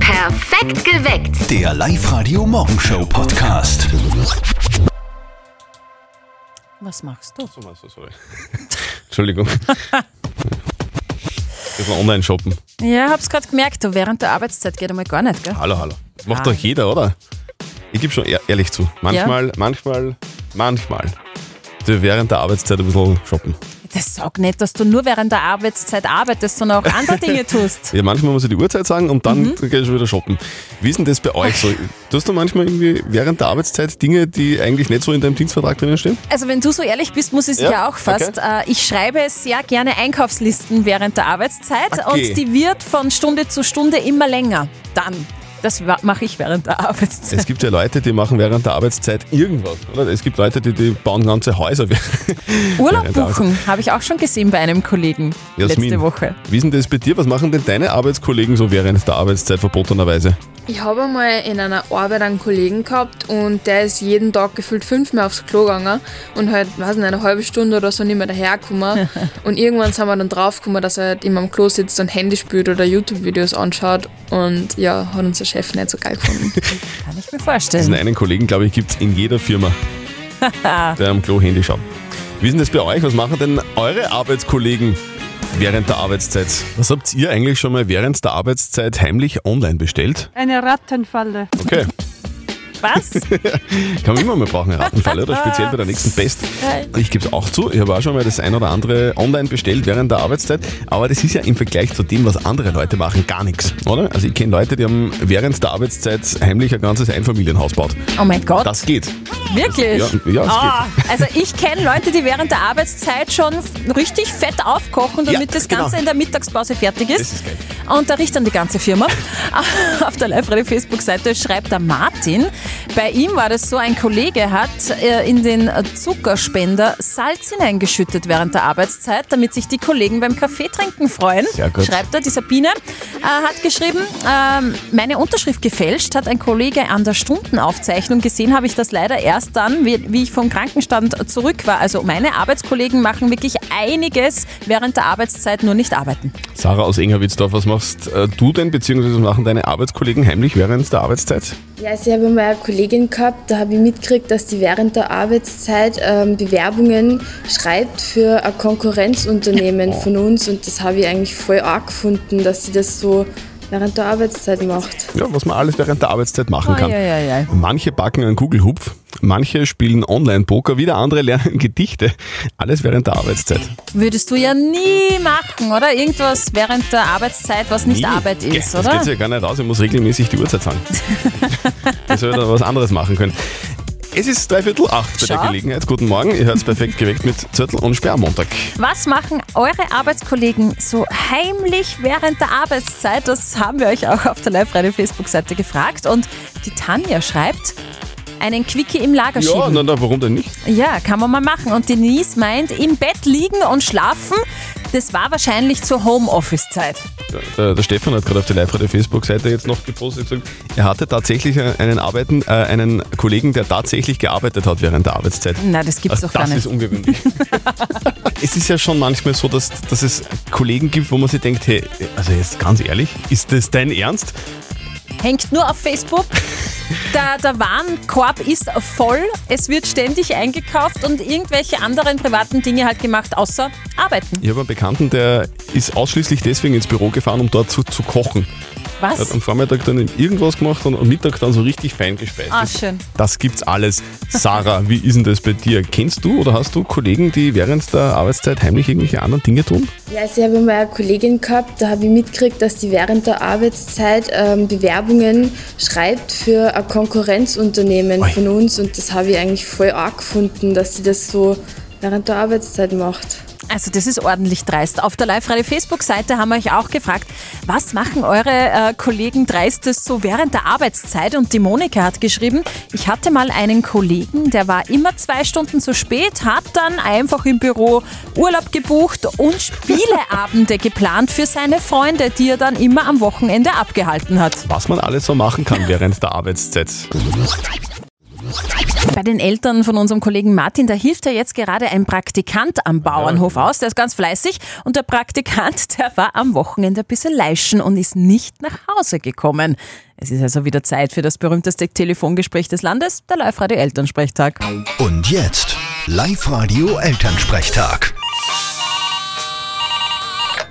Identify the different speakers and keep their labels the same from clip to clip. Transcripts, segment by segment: Speaker 1: Perfekt geweckt.
Speaker 2: Der Live-Radio Morgenshow Podcast.
Speaker 3: Was machst du?
Speaker 4: So meinst du, sorry. Entschuldigung. Ich war online shoppen.
Speaker 3: Ja, hab's gerade gemerkt, du während der Arbeitszeit geht einmal gar nicht, gell?
Speaker 4: Hallo, hallo. Macht
Speaker 3: Nein.
Speaker 4: doch jeder, oder? Ich gebe schon ehr- ehrlich zu. Manchmal, manchmal, manchmal. Du während der Arbeitszeit ein bisschen shoppen.
Speaker 3: Das sag nicht, dass du nur während der Arbeitszeit arbeitest, sondern auch andere Dinge tust.
Speaker 4: Ja, manchmal muss ich die Uhrzeit sagen und dann gehst du wieder shoppen. Wie ist denn das bei euch so? Tust du manchmal irgendwie während der Arbeitszeit Dinge, die eigentlich nicht so in deinem Dienstvertrag drinnen stehen?
Speaker 3: Also wenn du so ehrlich bist, muss ich es
Speaker 4: Ja,
Speaker 3: ja, auch fast. Äh, Ich schreibe sehr gerne Einkaufslisten während der Arbeitszeit
Speaker 4: Okay.
Speaker 3: und die wird von Stunde zu Stunde immer länger. Dann. Das mache ich während der Arbeitszeit.
Speaker 4: Es gibt ja Leute, die machen während der Arbeitszeit irgendwas, oder? Es gibt Leute, die, die bauen ganze Häuser.
Speaker 3: Urlaub
Speaker 4: während der
Speaker 3: buchen habe ich auch schon gesehen bei einem Kollegen letzte Woche.
Speaker 4: Wie ist denn das bei dir? Was machen denn deine Arbeitskollegen so während der Arbeitszeit verbotenerweise?
Speaker 5: Ich habe einmal in einer Arbeit einen Kollegen gehabt und der ist jeden Tag gefühlt fünfmal aufs Klo gegangen und halt, weiß nicht, eine halbe Stunde oder so nicht mehr dahergekommen. und irgendwann sind wir dann draufgekommen, dass er halt immer am Klo sitzt und Handy spielt oder YouTube-Videos anschaut und ja, hat unser Chef nicht so geil gefunden.
Speaker 3: Kann ich mir
Speaker 4: Diesen
Speaker 3: vorstellen.
Speaker 4: einen Kollegen, glaube ich, gibt es in jeder Firma, der am Klo Handy schaut. Wie ist denn das bei euch? Was machen denn eure Arbeitskollegen während der Arbeitszeit? Was habt ihr eigentlich schon mal während der Arbeitszeit heimlich online bestellt?
Speaker 6: Eine Rattenfalle.
Speaker 4: Okay,
Speaker 3: Was? Oh
Speaker 4: kann man immer mal brauchen, eine Rattenfalle, oder? Speziell bei der nächsten Best. Ich gebe es auch zu, ich habe auch schon mal das ein oder andere online bestellt während der Arbeitszeit, aber das ist ja im Vergleich zu dem, was andere Leute machen, gar nichts, oder? Also ich kenne Leute, die haben während der Arbeitszeit heimlich ein ganzes Einfamilienhaus gebaut.
Speaker 3: Oh mein Gott.
Speaker 4: Das geht.
Speaker 3: Wirklich?
Speaker 4: Ja, ja, es
Speaker 3: Ah, also ich kenne Leute, die während der Arbeitszeit schon richtig fett aufkochen, damit
Speaker 4: Ja,
Speaker 3: das
Speaker 4: genau.
Speaker 3: Ganze in der Mittagspause fertig ist.
Speaker 4: Das ist geil.
Speaker 3: Und da riecht dann die ganze Firma. Auf der live Facebook-Seite schreibt der Martin, bei ihm war das so, ein Kollege hat äh, in den Zuckerspender Salz hineingeschüttet während der Arbeitszeit, damit sich die Kollegen beim Kaffeetrinken freuen.
Speaker 4: Sehr gut.
Speaker 3: Schreibt er, die Sabine äh, hat geschrieben, ähm, meine Unterschrift gefälscht, hat ein Kollege an der Stundenaufzeichnung gesehen, habe ich das leider erst dann, wie, wie ich vom Krankenstand zurück war. Also meine Arbeitskollegen machen wirklich einiges während der Arbeitszeit, nur nicht arbeiten.
Speaker 4: Sarah aus Engerwitzdorf, was machst äh, du denn, beziehungsweise was machen deine Arbeitskollegen heimlich während der Arbeitszeit?
Speaker 7: Ja, also ich habe mal eine Kollegin gehabt, da habe ich mitgekriegt, dass die während der Arbeitszeit ähm, Bewerbungen schreibt für ein Konkurrenzunternehmen von uns und das habe ich eigentlich voll arg gefunden, dass sie das so während der Arbeitszeit macht.
Speaker 4: Ja, was man alles während der Arbeitszeit machen kann.
Speaker 3: Ei, ei, ei, ei.
Speaker 4: Manche backen einen Kugelhupf, manche spielen Online-Poker, wieder andere lernen Gedichte. Alles während der Arbeitszeit.
Speaker 3: Würdest du ja nie machen, oder? Irgendwas während der Arbeitszeit, was nicht
Speaker 4: Nie.
Speaker 3: Arbeit
Speaker 4: Gell,
Speaker 3: ist,
Speaker 4: Das
Speaker 3: oder?
Speaker 4: geht ja gar nicht aus, ich muss regelmäßig die Uhrzeit sagen. das hätte er was anderes machen können. Es ist dreiviertel acht bei
Speaker 3: Schau.
Speaker 4: der Gelegenheit. Guten Morgen, ihr hört es perfekt geweckt mit Zürtel und Sperr am Montag.
Speaker 3: Was machen eure Arbeitskollegen so heimlich während der Arbeitszeit? Das haben wir euch auch auf der Live-Radio-Facebook-Seite gefragt. Und die Tanja schreibt, einen Quickie im Lager
Speaker 4: Ja,
Speaker 3: schieben.
Speaker 4: na, na, warum denn nicht?
Speaker 3: Ja, kann man mal machen. Und Denise meint, im Bett liegen und schlafen, das war wahrscheinlich zur Homeoffice-Zeit.
Speaker 4: Der, der Stefan hat gerade auf der Live-Radio-Facebook-Seite jetzt noch gepostet und gesagt, er hatte tatsächlich einen, Arbeiten, äh, einen Kollegen, der tatsächlich gearbeitet hat während der Arbeitszeit.
Speaker 3: Na, das gibt's
Speaker 4: Also
Speaker 3: doch gar
Speaker 4: das
Speaker 3: nicht.
Speaker 4: ist ungewöhnlich. es ist ja schon manchmal so, dass, dass es Kollegen gibt, wo man sich denkt, hey, also jetzt ganz ehrlich, ist das dein Ernst?
Speaker 3: hängt nur auf Facebook. Der, der Warenkorb ist voll, es wird ständig eingekauft und irgendwelche anderen privaten Dinge halt gemacht, außer arbeiten.
Speaker 4: Ich habe einen Bekannten, der ist ausschließlich deswegen ins Büro gefahren, um dort zu, zu kochen. Er hat
Speaker 3: Was?
Speaker 4: am Vormittag dann irgendwas gemacht und am Mittag dann so richtig fein gespeist.
Speaker 3: Ah, schön.
Speaker 4: Das gibt's alles. Sarah, wie ist denn das bei dir? Kennst du oder hast du Kollegen, die während der Arbeitszeit heimlich irgendwelche anderen Dinge tun?
Speaker 7: Ja, also ich habe mal eine Kollegin gehabt, da habe ich mitgekriegt, dass die während der Arbeitszeit ähm, Bewerbungen schreibt für ein Konkurrenzunternehmen
Speaker 4: Ui.
Speaker 7: von uns und das habe ich eigentlich voll arg gefunden, dass sie das so während der Arbeitszeit macht.
Speaker 3: Also das ist ordentlich dreist. Auf der Live-Radio-Facebook-Seite haben wir euch auch gefragt, was machen eure äh, Kollegen Dreistes so während der Arbeitszeit? Und die Monika hat geschrieben, ich hatte mal einen Kollegen, der war immer zwei Stunden zu spät, hat dann einfach im Büro Urlaub gebucht und Spieleabende geplant für seine Freunde, die er dann immer am Wochenende abgehalten hat.
Speaker 4: Was man alles so machen kann während der Arbeitszeit.
Speaker 3: bei den Eltern von unserem Kollegen Martin, da hilft ja jetzt gerade ein Praktikant am Bauernhof aus, der ist ganz fleißig und der Praktikant, der war am Wochenende ein bisschen leischen und ist nicht nach Hause gekommen. Es ist also wieder Zeit für das berühmteste Telefongespräch des Landes, der Live-Radio Elternsprechtag.
Speaker 2: Und jetzt Live-Radio Elternsprechtag.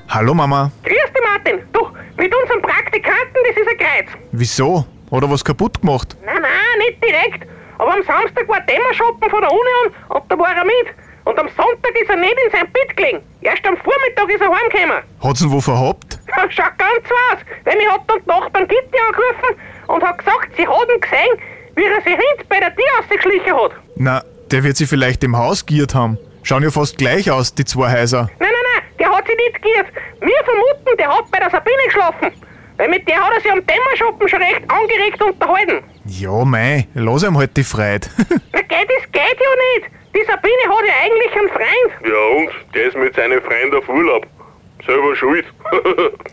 Speaker 8: Hallo Mama,
Speaker 9: Grüß dich, Martin. Du, mit unserem Praktikanten, das ist ein Kreuz.
Speaker 8: wieso? Hat er was kaputt gemacht?
Speaker 9: Nein, nein, nicht direkt. Aber am Samstag war Dämmershoppen von der Union und da war er mit. Und am Sonntag ist er nicht in sein Bett gelegen. Erst am Vormittag ist er heimgekommen.
Speaker 8: Hat's ihn wo verhabt?
Speaker 9: Schaut ganz so aus, weil mich hat dann die Nachbarn Gitti angerufen und hat gesagt, sie hat ihn gesehen, wie er sich hinten bei der Tür rausgeschlichen hat.
Speaker 8: Na, der wird sie vielleicht im Haus giert haben. Schauen ja fast gleich aus, die zwei Häuser.
Speaker 9: Nein, nein, nein, der hat sich nicht geirrt. Wir vermuten, der hat bei der Sabine geschlafen. Weil mit der hat er sich am Dämmershoppen schon recht angeregt unterhalten.
Speaker 8: Ja, mei, lass ihm halt die Freude.
Speaker 9: Na, geht, Äh, das geht ja nicht. Die Sabine hat ja eigentlich einen Freund.
Speaker 7: Ja und? Der ist mit seinen Freunden auf Urlaub. Selber schuld.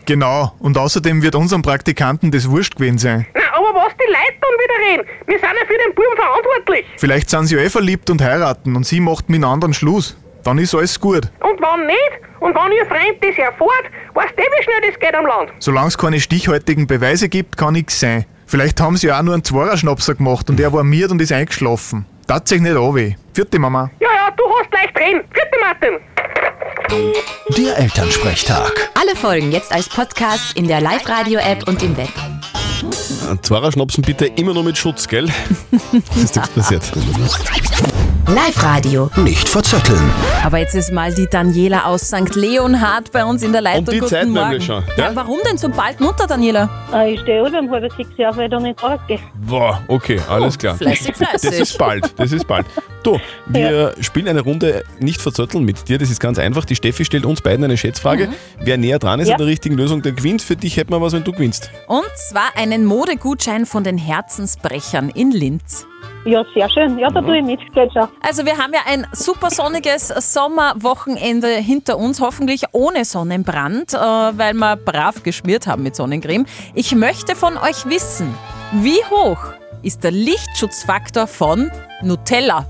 Speaker 8: genau, und außerdem wird unserem Praktikanten das wurscht gewesen sein.
Speaker 9: Na, aber was die Leute dann wieder reden? Wir sind ja für den Buben verantwortlich.
Speaker 8: Vielleicht sind sie ja eh verliebt und heiraten und sie macht mit einem anderen Schluss. Dann ist alles gut,
Speaker 9: Und wann nicht? Und wann ihr Freund das erfährt, weißt du, eh, wie schnell das geht am Land.
Speaker 8: solange es keine stichhaltigen Beweise gibt, kann nichts sein. Vielleicht haben sie ja auch nur einen Zwarer-Schnapser gemacht und er war miert und ist eingeschlafen. Tat sich nicht an weh. Vierte Mama.
Speaker 9: Ja, ja, du hast leicht reden. Vierte Martin.
Speaker 2: Der Elternsprechtag.
Speaker 10: Alle Folgen jetzt als Podcast in der Live-Radio-App und im Web.
Speaker 4: Zwarer Schnapsen bitte immer nur mit Schutz, gell? Das ist nichts passiert.
Speaker 10: Live-Radio.
Speaker 2: Nicht verzetteln.
Speaker 3: Aber jetzt ist mal die Daniela aus St. Leonhard bei uns in der Leitung.
Speaker 4: Um die
Speaker 3: Guten
Speaker 4: Zeit nehmen wir
Speaker 3: Morgen.
Speaker 4: schon,
Speaker 3: Ja?
Speaker 4: ja?
Speaker 3: warum denn so bald Mutter, Daniela?
Speaker 6: Ah, Ich stehe oben, halb sechs Jahre alt und nicht rausgehe.
Speaker 4: Boah, okay, alles klar.
Speaker 3: fleißig, fleißig.
Speaker 4: Das ist bald, das ist bald. Du, wir spielen eine Runde nicht verzötteln mit dir, das ist ganz einfach. Die Steffi stellt uns beiden eine Schätzfrage. Wer näher dran ist
Speaker 6: Ja.
Speaker 4: an der richtigen Lösung, der gewinnt. Für dich hätten wir was, wenn du gewinnst.
Speaker 3: Und zwar einen Modegutschein von den Herzensbrechern in Linz.
Speaker 6: Ja, sehr schön. Ja, da tue ich mit. Geht schon.
Speaker 3: Also wir haben ja ein super sonniges Sommerwochenende hinter uns, hoffentlich ohne Sonnenbrand, äh, weil wir brav geschmiert haben mit Sonnencreme. Ich möchte von euch wissen, wie hoch ist der Lichtschutzfaktor von Nutella?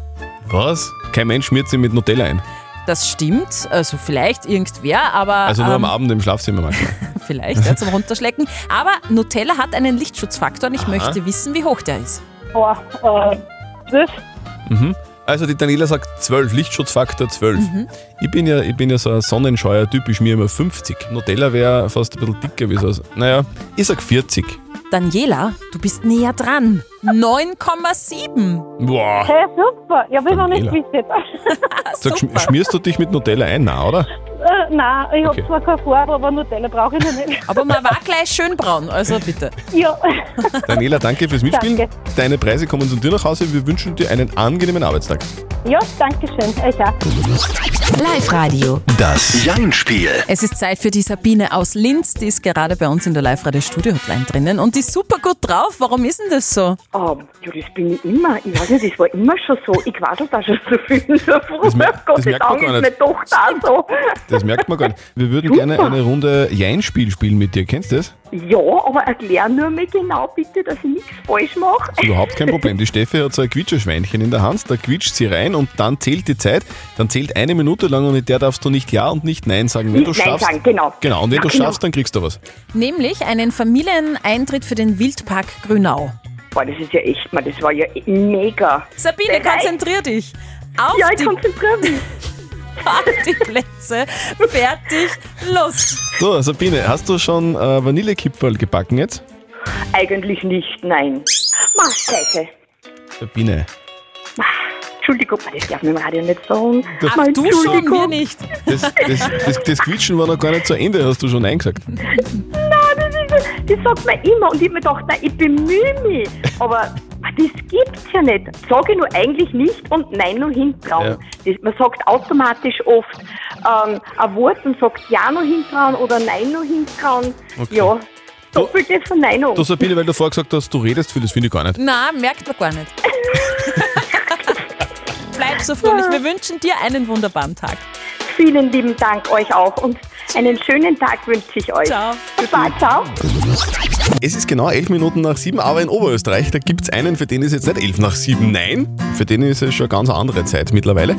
Speaker 4: Was? Kein Mensch schmiert sie mit Nutella ein.
Speaker 3: Das stimmt, also vielleicht irgendwer, aber
Speaker 4: Also nur
Speaker 3: ähm,
Speaker 4: am Abend im Schlafzimmer manchmal.
Speaker 3: vielleicht ja, zum Runterschlecken. Aber Nutella hat einen Lichtschutzfaktor und ich möchte wissen, wie hoch der ist.
Speaker 6: Ah, äh, zwölf.
Speaker 4: Also die Daniela sagt 12, Lichtschutzfaktor 12. Ich, bin ja, ich bin ja so ein Sonnenscheuer, typisch mir immer 50. Nutella wäre fast ein bisschen dicker wie so. Naja, ich sag 40.
Speaker 3: Daniela, du bist näher dran. 9,7.
Speaker 4: Boah.
Speaker 6: Hey, Äh, super. Ja, will noch nicht
Speaker 4: Daniela.
Speaker 6: wissen.
Speaker 4: Sag, schm-
Speaker 3: Ah, Super.
Speaker 4: schmierst du dich mit Nutella ein? Nein, oder?
Speaker 6: äh, nein,
Speaker 4: Okay.
Speaker 6: ich habe zwar keine Farbe, aber Nutella brauche ich noch nicht.
Speaker 3: Aber man war gleich schön braun, also bitte.
Speaker 6: Ja,
Speaker 4: Daniela, danke fürs Mitspielen.
Speaker 6: Danke.
Speaker 4: Deine Preise kommen zu dir nach Hause. Wir wünschen dir einen angenehmen Arbeitstag.
Speaker 6: ja danke schön. Euch auch.
Speaker 10: Live-Radio.
Speaker 2: Das Jein-Spiel.
Speaker 3: Es ist Zeit für die Sabine aus Linz, die ist gerade bei uns in der Live-Radio-Studio-Hotline drinnen und die ist super gut drauf. Warum ist denn das so?
Speaker 11: Ah, ja, das bin ich immer. Ich weiß nicht, das war immer schon so. Ich war das auch schon so viel in der Früh.
Speaker 4: Das mer- das
Speaker 11: Gott sei
Speaker 4: merkt man
Speaker 11: Dank
Speaker 4: gar
Speaker 11: ist
Speaker 4: nicht.
Speaker 11: meine Tochter auch so.
Speaker 4: Das merkt man gar nicht. Wir würden
Speaker 11: Super.
Speaker 4: gerne eine Runde Jein-Spiel spielen mit dir. Kennst du das?
Speaker 11: Ja, aber erklär nur mal genau bitte, dass ich nichts falsch mache.
Speaker 4: Ist überhaupt kein Problem. Die Steffi hat so ein Quitscherschweinchen in der Hand, da quitscht sie rein und dann zählt die Zeit. Dann zählt eine Minute lang und in der darfst du nicht Ja und nicht Nein sagen. Wenn du
Speaker 11: Nicht Nein
Speaker 4: schaffst,
Speaker 11: sagen, genau.
Speaker 4: Genau, und wenn
Speaker 11: Ja,
Speaker 4: du
Speaker 11: genau.
Speaker 4: schaffst, dann kriegst du was.
Speaker 3: Nämlich einen Familieneintritt für den Wildpark Grünau.
Speaker 11: Boah, das ist ja echt, man, das war ja mega.
Speaker 3: Sabine,
Speaker 11: Bereit?
Speaker 3: konzentrier dich auf
Speaker 11: Ja, ich
Speaker 3: die
Speaker 11: konzentriere mich.
Speaker 3: Partyplätze. Fertig, los.
Speaker 4: So, Sabine, hast du schon äh, Vanillekipferl gebacken jetzt?
Speaker 11: Eigentlich nicht, nein. Mach Scheiße.
Speaker 4: Sabine,
Speaker 11: Entschuldigung, das darf man im Radio nicht sagen.
Speaker 4: Das-
Speaker 11: Mein
Speaker 3: Du schon, wir nicht.
Speaker 4: das, das, das, das Quitschen war noch gar nicht zu Ende, hast du schon Nein gesagt.
Speaker 11: Das, das sagt man immer und ich hab mir gedacht, nein, ich bemühe mich. Aber das gibt's ja nicht. Sage nur eigentlich nicht und nein nur hinten
Speaker 4: Ja.
Speaker 11: dran. Das- Man sagt automatisch oft ähm, ein Wort und sagt ja nur hinten dran oder nein nur hinten dran.
Speaker 4: Okay.
Speaker 11: Ja, doppelte Verneinung.
Speaker 4: Du, Sabine, weil du vorher gesagt hast, du redest viel, das finde ich gar nicht.
Speaker 3: Na, merkt man gar nicht. Bleib so fröhlich. Wir wünschen dir einen wunderbaren Tag.
Speaker 11: Vielen lieben Dank euch auch und einen schönen Tag wünsche ich euch.
Speaker 3: Ciao.
Speaker 11: Baba, ciao.
Speaker 4: Es ist genau elf Minuten nach sieben, aber in Oberösterreich, da gibt es einen, für den ist jetzt nicht elf nach sieben, nein, für den ist es schon eine ganz andere Zeit mittlerweile.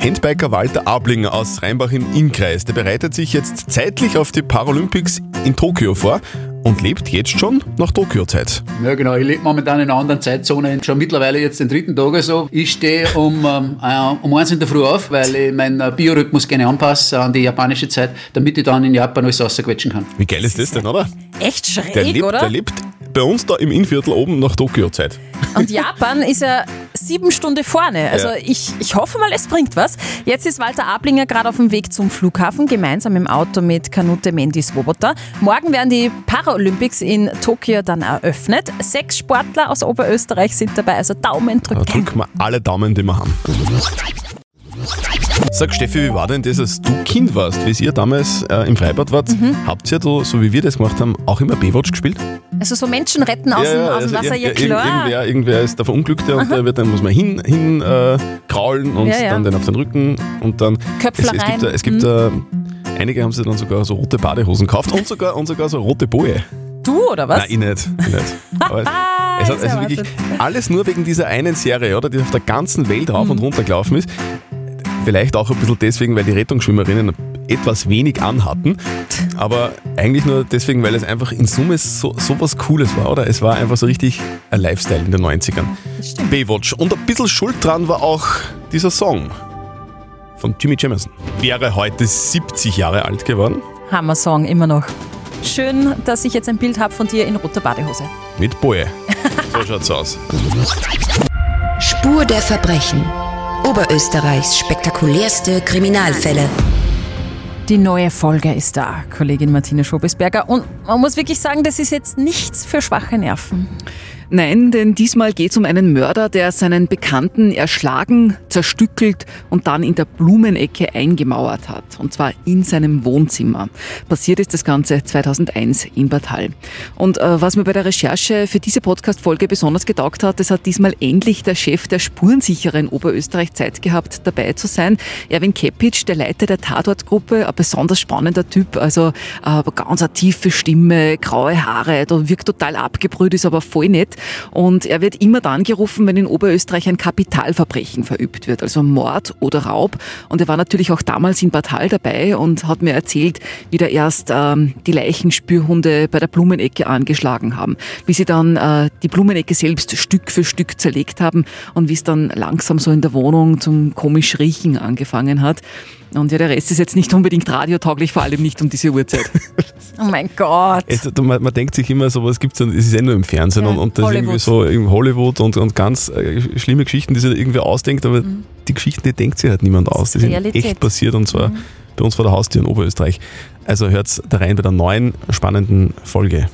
Speaker 4: Handbiker Walter Ablinger aus Rheinbach im Innkreis, der bereitet sich jetzt zeitlich auf die Paralympics in Tokio vor und lebt jetzt schon nach Tokio-Zeit.
Speaker 12: Ja, genau. Ich lebe momentan in einer anderen Zeitzone. Schon mittlerweile jetzt den dritten Tag oder so. Ich stehe um, ähm, äh, um eins in der Früh auf, weil ich meinen äh, Biorhythmus gerne anpasse an die japanische Zeit, damit ich dann in Japan alles rausquetschen kann.
Speaker 4: Wie geil ist das denn, oder?
Speaker 3: Echt schräg,
Speaker 4: Der lebt,
Speaker 3: oder?
Speaker 4: der lebt bei uns da im Innviertel oben nach Tokio-Zeit.
Speaker 3: Und Japan ist ja sieben Stunden vorne. Also
Speaker 4: Ja.
Speaker 3: ich, ich hoffe mal, es bringt was. Jetzt ist Walter Ablinger gerade auf dem Weg zum Flughafen, gemeinsam im Auto mit Kanute Mendy Swoboda. Morgen werden die Paralympics in Tokio dann eröffnet. Sechs Sportler aus Oberösterreich sind dabei, also Daumen drücken.
Speaker 4: Drücken wir alle Daumen, die wir haben. Sag Steffi, wie war denn das, als du Kind warst, wie ihr damals äh, im Freibad wart?
Speaker 3: Mhm.
Speaker 4: Habt ihr, da, so wie wir das gemacht haben, auch immer Baywatch gespielt?
Speaker 3: Also so Menschen retten aus, dem, aus
Speaker 4: also
Speaker 3: dem Wasser, ja
Speaker 4: ir- ir-
Speaker 3: klar.
Speaker 4: Irgendwer, irgendwer ist der Verunglückte und der wird dann muss man hin, hin äh, kraulen und
Speaker 3: Ja, ja.
Speaker 4: dann den auf den Rücken und dann
Speaker 3: Köpfler
Speaker 4: es, es
Speaker 3: rein. Mhm.
Speaker 4: gibt, äh, es gibt äh, einige haben sie dann sogar so rote Badehosen gekauft und sogar und sogar so rote Boje.
Speaker 3: Du oder was?
Speaker 4: Nein, ich nicht. Ich nicht. Aber es hat
Speaker 3: Ist
Speaker 4: also wirklich
Speaker 3: erwartet.
Speaker 4: alles nur wegen dieser einen Serie, oder? Die auf der ganzen Welt rauf
Speaker 3: Mhm.
Speaker 4: und runter gelaufen ist. Vielleicht auch ein bisschen deswegen, weil die Rettungsschwimmerinnen etwas wenig anhatten. Aber eigentlich nur deswegen, weil es einfach in Summe so, so was Cooles war, oder? Es war einfach so richtig ein Lifestyle in den 90ern. Baywatch. Und ein bisschen schuld dran war auch dieser Song von Jimmy Jamison. Wäre heute 70 Jahre alt geworden.
Speaker 3: Hammer-Song, immer noch. Schön, dass ich jetzt ein Bild habe von dir in roter Badehose.
Speaker 4: Mit Boje. So schaut's aus.
Speaker 13: Spur der Verbrechen. Oberösterreichs spektakulärste Kriminalfälle.
Speaker 3: Die neue Folge ist da, Kollegin Martina Schobesberger. Und man muss wirklich sagen, das ist jetzt nichts für schwache Nerven.
Speaker 9: Nein, denn diesmal geht es um einen Mörder, der seinen Bekannten erschlagen, zerstückelt und dann in der Blumenecke eingemauert hat. Und zwar in seinem Wohnzimmer. Passiert ist das Ganze 2001 in Bad Hall. Und äh, was mir bei der Recherche für diese Podcast-Folge besonders getaugt hat, es hat diesmal endlich der Chef der spurensicheren Oberösterreich Zeit gehabt, dabei zu sein. Erwin Kepic, der Leiter der Tatortgruppe, ein besonders spannender Typ, also äh, ganz eine tiefe Stimme, graue Haare, da wirkt total abgebrüht, ist aber voll nett. Und er wird immer dann gerufen, wenn in Oberösterreich ein Kapitalverbrechen verübt wird, also Mord oder Raub. Und er war natürlich auch damals in Bad Hall dabei und hat mir erzählt, wie da erst ähm, die Leichenspürhunde bei der Blumenecke angeschlagen haben, wie sie dann äh, die Blumenecke selbst Stück für Stück zerlegt haben und wie es dann langsam so in der Wohnung zum komisch Riechen angefangen hat. Und ja, der Rest ist jetzt nicht unbedingt radiotauglich, vor allem nicht um diese Uhrzeit.
Speaker 3: Oh mein Gott.
Speaker 4: Es, man, man denkt sich immer, sowas gibt es ist eh nur im Fernsehen
Speaker 3: Ja,
Speaker 4: und, und das ist irgendwie
Speaker 3: Hollywood.
Speaker 4: so im Hollywood und, und ganz äh, schlimme Geschichten, die sich irgendwer ausdenkt, aber die Geschichten, die denkt sich halt niemand aus. Die sind
Speaker 2: Realität.
Speaker 4: echt passiert und zwar bei uns vor der Haustür in Oberösterreich. Also hört's da rein bei der neuen spannenden Folge.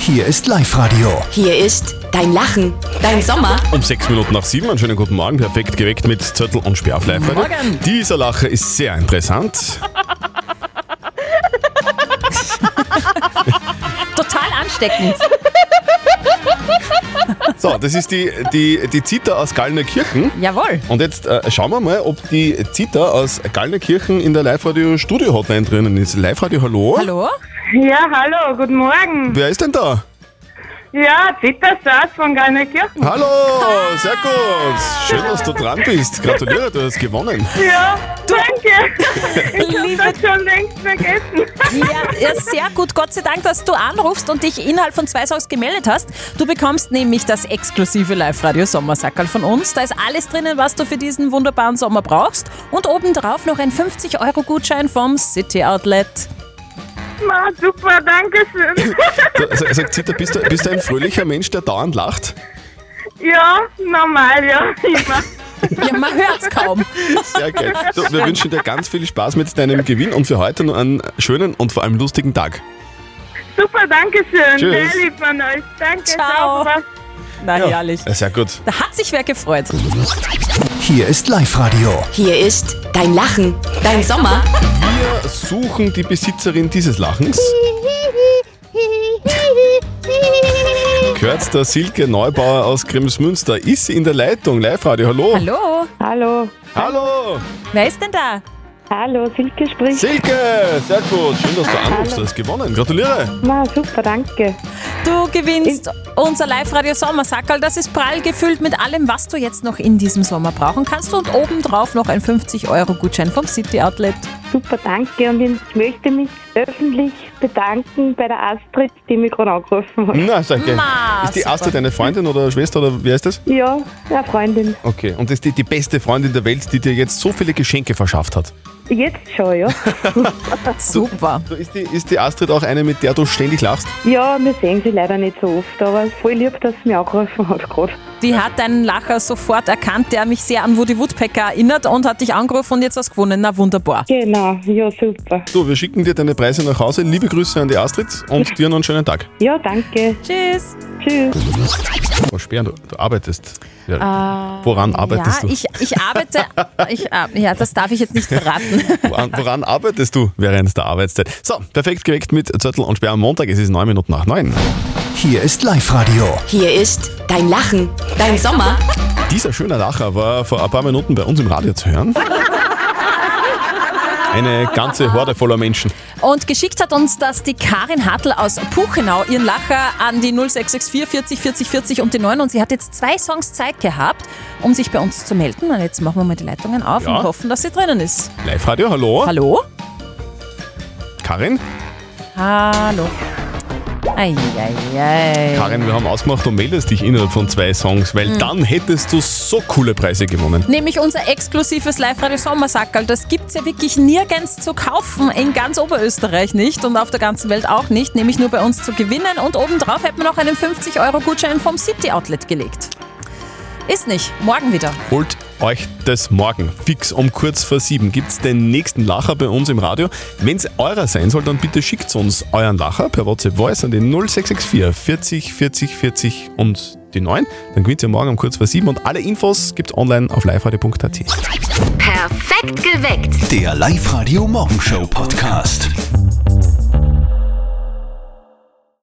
Speaker 2: Hier ist Live-Radio.
Speaker 14: Hier ist dein Lachen, dein Sommer.
Speaker 4: Um sechs Minuten nach sieben, einen schönen guten Morgen, perfekt geweckt mit Zettel und Sperr auf live Radio.
Speaker 14: Morgen.
Speaker 4: Dieser Lacher ist sehr interessant.
Speaker 3: Total ansteckend.
Speaker 4: So, das ist die, die, die Zita aus Gallnerkirchen.
Speaker 3: Jawohl.
Speaker 4: Und jetzt äh, schauen wir mal, ob die Zita aus Gallnerkirchen in der Live-Radio-Studio-Hotline drinnen ist. Live-Radio, hallo?
Speaker 3: Hallo?
Speaker 15: Ja, hallo, guten Morgen.
Speaker 4: Wer ist denn da?
Speaker 15: Ja, Zita Saas von Garnekirchen.
Speaker 4: Hallo, sehr gut. Schön, dass du dran bist. Gratuliere, du hast gewonnen.
Speaker 15: Ja, danke. Ich hab das schon längst vergessen.
Speaker 3: Ja, ja, sehr gut. Gott sei Dank, dass du anrufst und dich innerhalb von zwei Songs gemeldet hast. Du bekommst nämlich das exklusive Live-Radio Sommersackerl von uns. Da ist alles drinnen, was du für diesen wunderbaren Sommer brauchst. Und obendrauf noch ein 50-Euro-Gutschein vom City Outlet.
Speaker 15: Ma, super, danke schön.
Speaker 4: Du, also, also, Zita, bist du, bist du ein fröhlicher Mensch, der dauernd lacht?
Speaker 15: Ja, normal, ja. Immer.
Speaker 3: Ja, man hört's kaum.
Speaker 4: Sehr geil. Du, wir wünschen dir ganz viel Spaß mit deinem Gewinn und für heute noch einen schönen und vor allem lustigen Tag.
Speaker 15: Super, danke schön.
Speaker 4: Tschüss.
Speaker 15: Sehr lieb von euch. Danke,
Speaker 3: Ciao.
Speaker 15: Baba.
Speaker 3: Na, herrlich.
Speaker 4: Sehr gut.
Speaker 3: Da hat sich wer gefreut.
Speaker 2: Hier ist Live-Radio.
Speaker 14: Hier ist dein Lachen, dein Sommer.
Speaker 4: Wir suchen die Besitzerin dieses Lachens. Gehört der Silke Neubauer aus Grimmsmünster. Ist sie in der Leitung? Live-Radio, hallo?
Speaker 3: Hallo.
Speaker 15: Hallo.
Speaker 4: Hallo.
Speaker 3: Wer ist denn da?
Speaker 15: Hallo, Silke spricht.
Speaker 4: Silke, sehr gut. Schön, dass du anrufst. Du hast gewonnen. Gratuliere.
Speaker 15: Na, super, danke.
Speaker 3: Du gewinnst unser Live-Radio Sommersackerl. Das ist prall gefüllt mit allem, was du jetzt noch in diesem Sommer brauchen kannst. Und obendrauf noch ein 50-Euro-Gutschein vom City Outlet.
Speaker 15: Super, danke. Und ich möchte mich öffentlich bedanken bei der Astrid, die mich gerade angerufen hat.
Speaker 4: Na, danke.
Speaker 15: Ma,
Speaker 4: Ist die
Speaker 15: super.
Speaker 4: Astrid deine Freundin oder Schwester oder wer ist das?
Speaker 15: Ja, eine Freundin.
Speaker 4: Okay, und das ist die, die beste Freundin der Welt, die dir jetzt so viele Geschenke verschafft hat.
Speaker 15: Jetzt schon, ja.
Speaker 3: Super.
Speaker 4: Du, ist, die, ist die Astrid auch eine, mit der du ständig lachst?
Speaker 15: ja, wir sehen sie leider nicht so oft, aber voll lieb, dass sie mich angerufen hat gerade.
Speaker 3: Die hat deinen Lacher sofort erkannt, der mich sehr an Woody Woodpecker erinnert und hat dich angerufen und jetzt hast du gewonnen. Na wunderbar.
Speaker 15: Genau, ja, super.
Speaker 4: So, wir schicken dir deine Preise nach Hause. Liebe Grüße an die Astrid und dir noch einen schönen Tag.
Speaker 15: Ja, danke.
Speaker 3: Tschüss.
Speaker 15: Tschüss.
Speaker 4: Was schwer, Oh, du, du arbeitest. Ja.
Speaker 3: Äh,
Speaker 4: Woran arbeitest
Speaker 3: ja,
Speaker 4: du?
Speaker 3: Ich, ich arbeite. ich, ar- ja, das darf ich jetzt nicht verraten.
Speaker 4: Woran, woran arbeitest du während der Arbeitszeit? So, perfekt geweckt mit Zettel und Sperr am Montag. Es ist neun Minuten nach neun.
Speaker 2: Hier ist Live-Radio.
Speaker 13: Hier ist dein Lachen, dein Sommer.
Speaker 4: Dieser schöne Lacher war vor ein paar Minuten bei uns im Radio zu hören. Eine ganze Horde voller Menschen.
Speaker 3: Und geschickt hat uns das die Karin Hartl aus Puchenau, ihren Lacher an die 0664 40 40 40 und um die 9. Und sie hat jetzt zwei Songs Zeit gehabt, um sich bei uns zu melden. Und jetzt machen wir mal die Leitungen auf
Speaker 4: Ja.
Speaker 3: und hoffen, dass sie drinnen ist.
Speaker 4: Live-Radio, hallo?
Speaker 3: Hallo?
Speaker 4: Karin?
Speaker 3: Hallo. Eieiei.
Speaker 4: Karin, wir haben ausgemacht, du meldest dich innerhalb von zwei Songs, weil
Speaker 3: Mhm.
Speaker 4: dann hättest du so coole Preise gewonnen.
Speaker 3: Nämlich unser exklusives Live-Radio-Sommersackerl. Das gibt's ja wirklich nirgends zu kaufen, in ganz Oberösterreich nicht und auf der ganzen Welt auch nicht, nämlich nur bei uns zu gewinnen. Und obendrauf hätten wir noch einen 50-Euro-Gutschein vom City-Outlet gelegt. Ist nicht, morgen wieder.
Speaker 4: Holt euch das morgen. Fix um kurz vor sieben gibt's den nächsten Lacher bei uns im Radio. Wenn's eurer sein soll, dann bitte schickt uns euren Lacher per WhatsApp Voice an den 0664 40 40 40 und die 9. Dann gewinnt ihr morgen um kurz vor sieben und alle Infos gibt's online auf liveradio.at.
Speaker 14: Perfekt geweckt.
Speaker 2: Der Live-Radio Morgenshow Podcast.